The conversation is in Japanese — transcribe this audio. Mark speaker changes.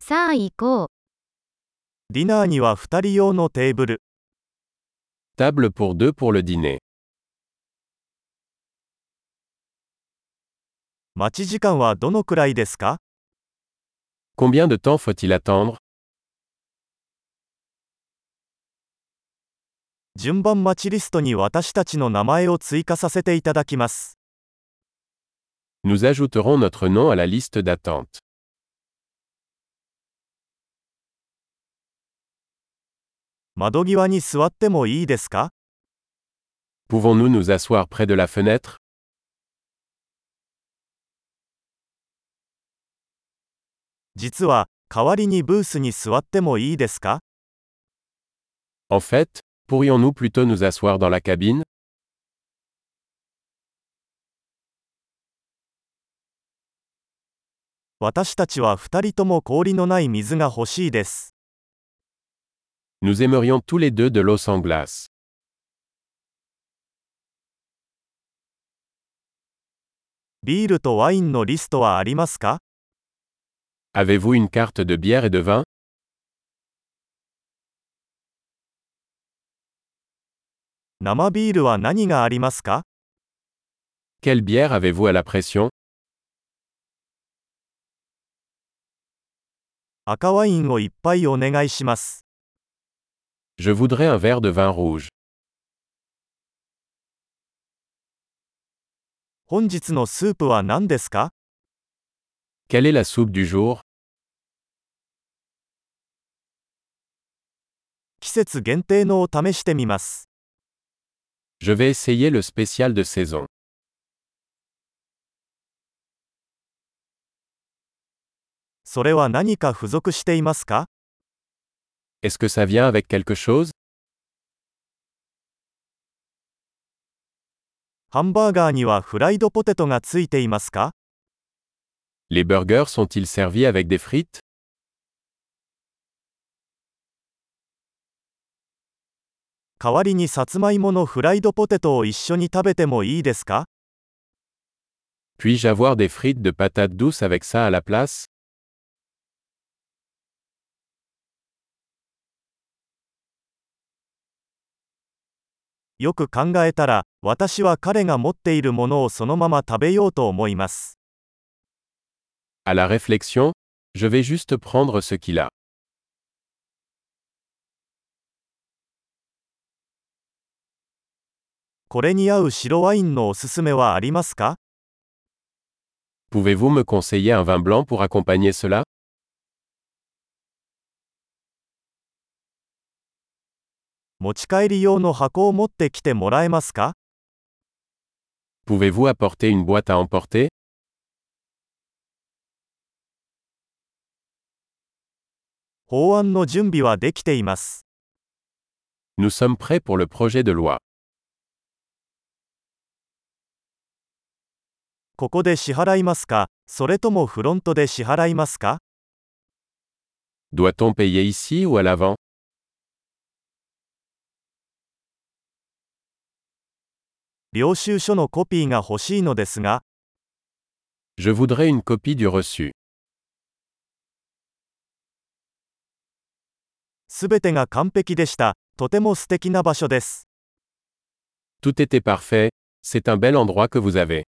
Speaker 1: さあ行こう。
Speaker 2: ディナーには2人用のテーブル。
Speaker 3: Table pour deux pour le dîner.
Speaker 2: 待ち時間はどのくらいですか
Speaker 3: Combien de temps faut-il attendre
Speaker 2: 順番待ちリストに私たちの名前を追加させていただきます。
Speaker 3: Nous ajouterons notre nom à la liste d'attente.
Speaker 2: 窓際に座ってもいいですか
Speaker 3: Pouvons-nous nous asseoir près de la fenêtre
Speaker 2: 実は、代わりにブースに座ってもいいですか
Speaker 3: En fait, pourrions-nous plutôt nous asseoir dans la cabine
Speaker 2: 私たちは2人とも氷のない水が欲しいです。
Speaker 3: Nous aimerions tous les deux de l'eau sans glace.
Speaker 2: ビールとワインのリストはありますか
Speaker 3: Avez-vous une carte de bière et de vin
Speaker 2: 生ビールは何がありますか
Speaker 3: Quelle bière avez-vous à la pression
Speaker 2: 赤ワインをいっぱいお願いします。
Speaker 3: Je voudrais un verre de vin rouge.
Speaker 2: 本日のスープは何ですか
Speaker 3: Quelle est la soupe du jour
Speaker 2: 季節限定のを試してみます。
Speaker 3: Je vais essayer le spécial de saison.
Speaker 2: それは何か付属していますか
Speaker 3: Est-ce que ça vient avec quelque chose
Speaker 2: ハンバーガーにはフライドポテトがついていますか
Speaker 3: Les burgers sont-ils servis avec des frites
Speaker 2: 代わりにさつまいものフライドポテトを一緒に食べてもいいですか
Speaker 3: Puis-je avoir des frites de patates douces avec ça à la place
Speaker 2: よく考えたら、私は彼が持っているものをそのまま食べようと思います。
Speaker 3: À la réflexion, je vais juste prendre ce qu'il a.
Speaker 2: これに合う白ワインのおすすめはありますか
Speaker 3: Pouvez-vous me conseiller un vin blanc pour accompagner cela
Speaker 2: 持ち帰り用の箱を持ってきてもらえますか
Speaker 3: Pouvez-vous apporter une boîte à emporter
Speaker 2: 法案の準備はできています。
Speaker 3: Nous sommes prêts pour le projet de loi.
Speaker 2: ここで支払いますかそれともフロントで支払いますか
Speaker 3: Doit-on payer ici ou à l'avant
Speaker 2: 領収書のコピーが欲しいのですが、
Speaker 3: Je voudrais une copie du reçu.
Speaker 2: すべてが完璧でした。とても素敵な場所です。
Speaker 3: Tout était parfait, c'est un bel endroit que vous avez.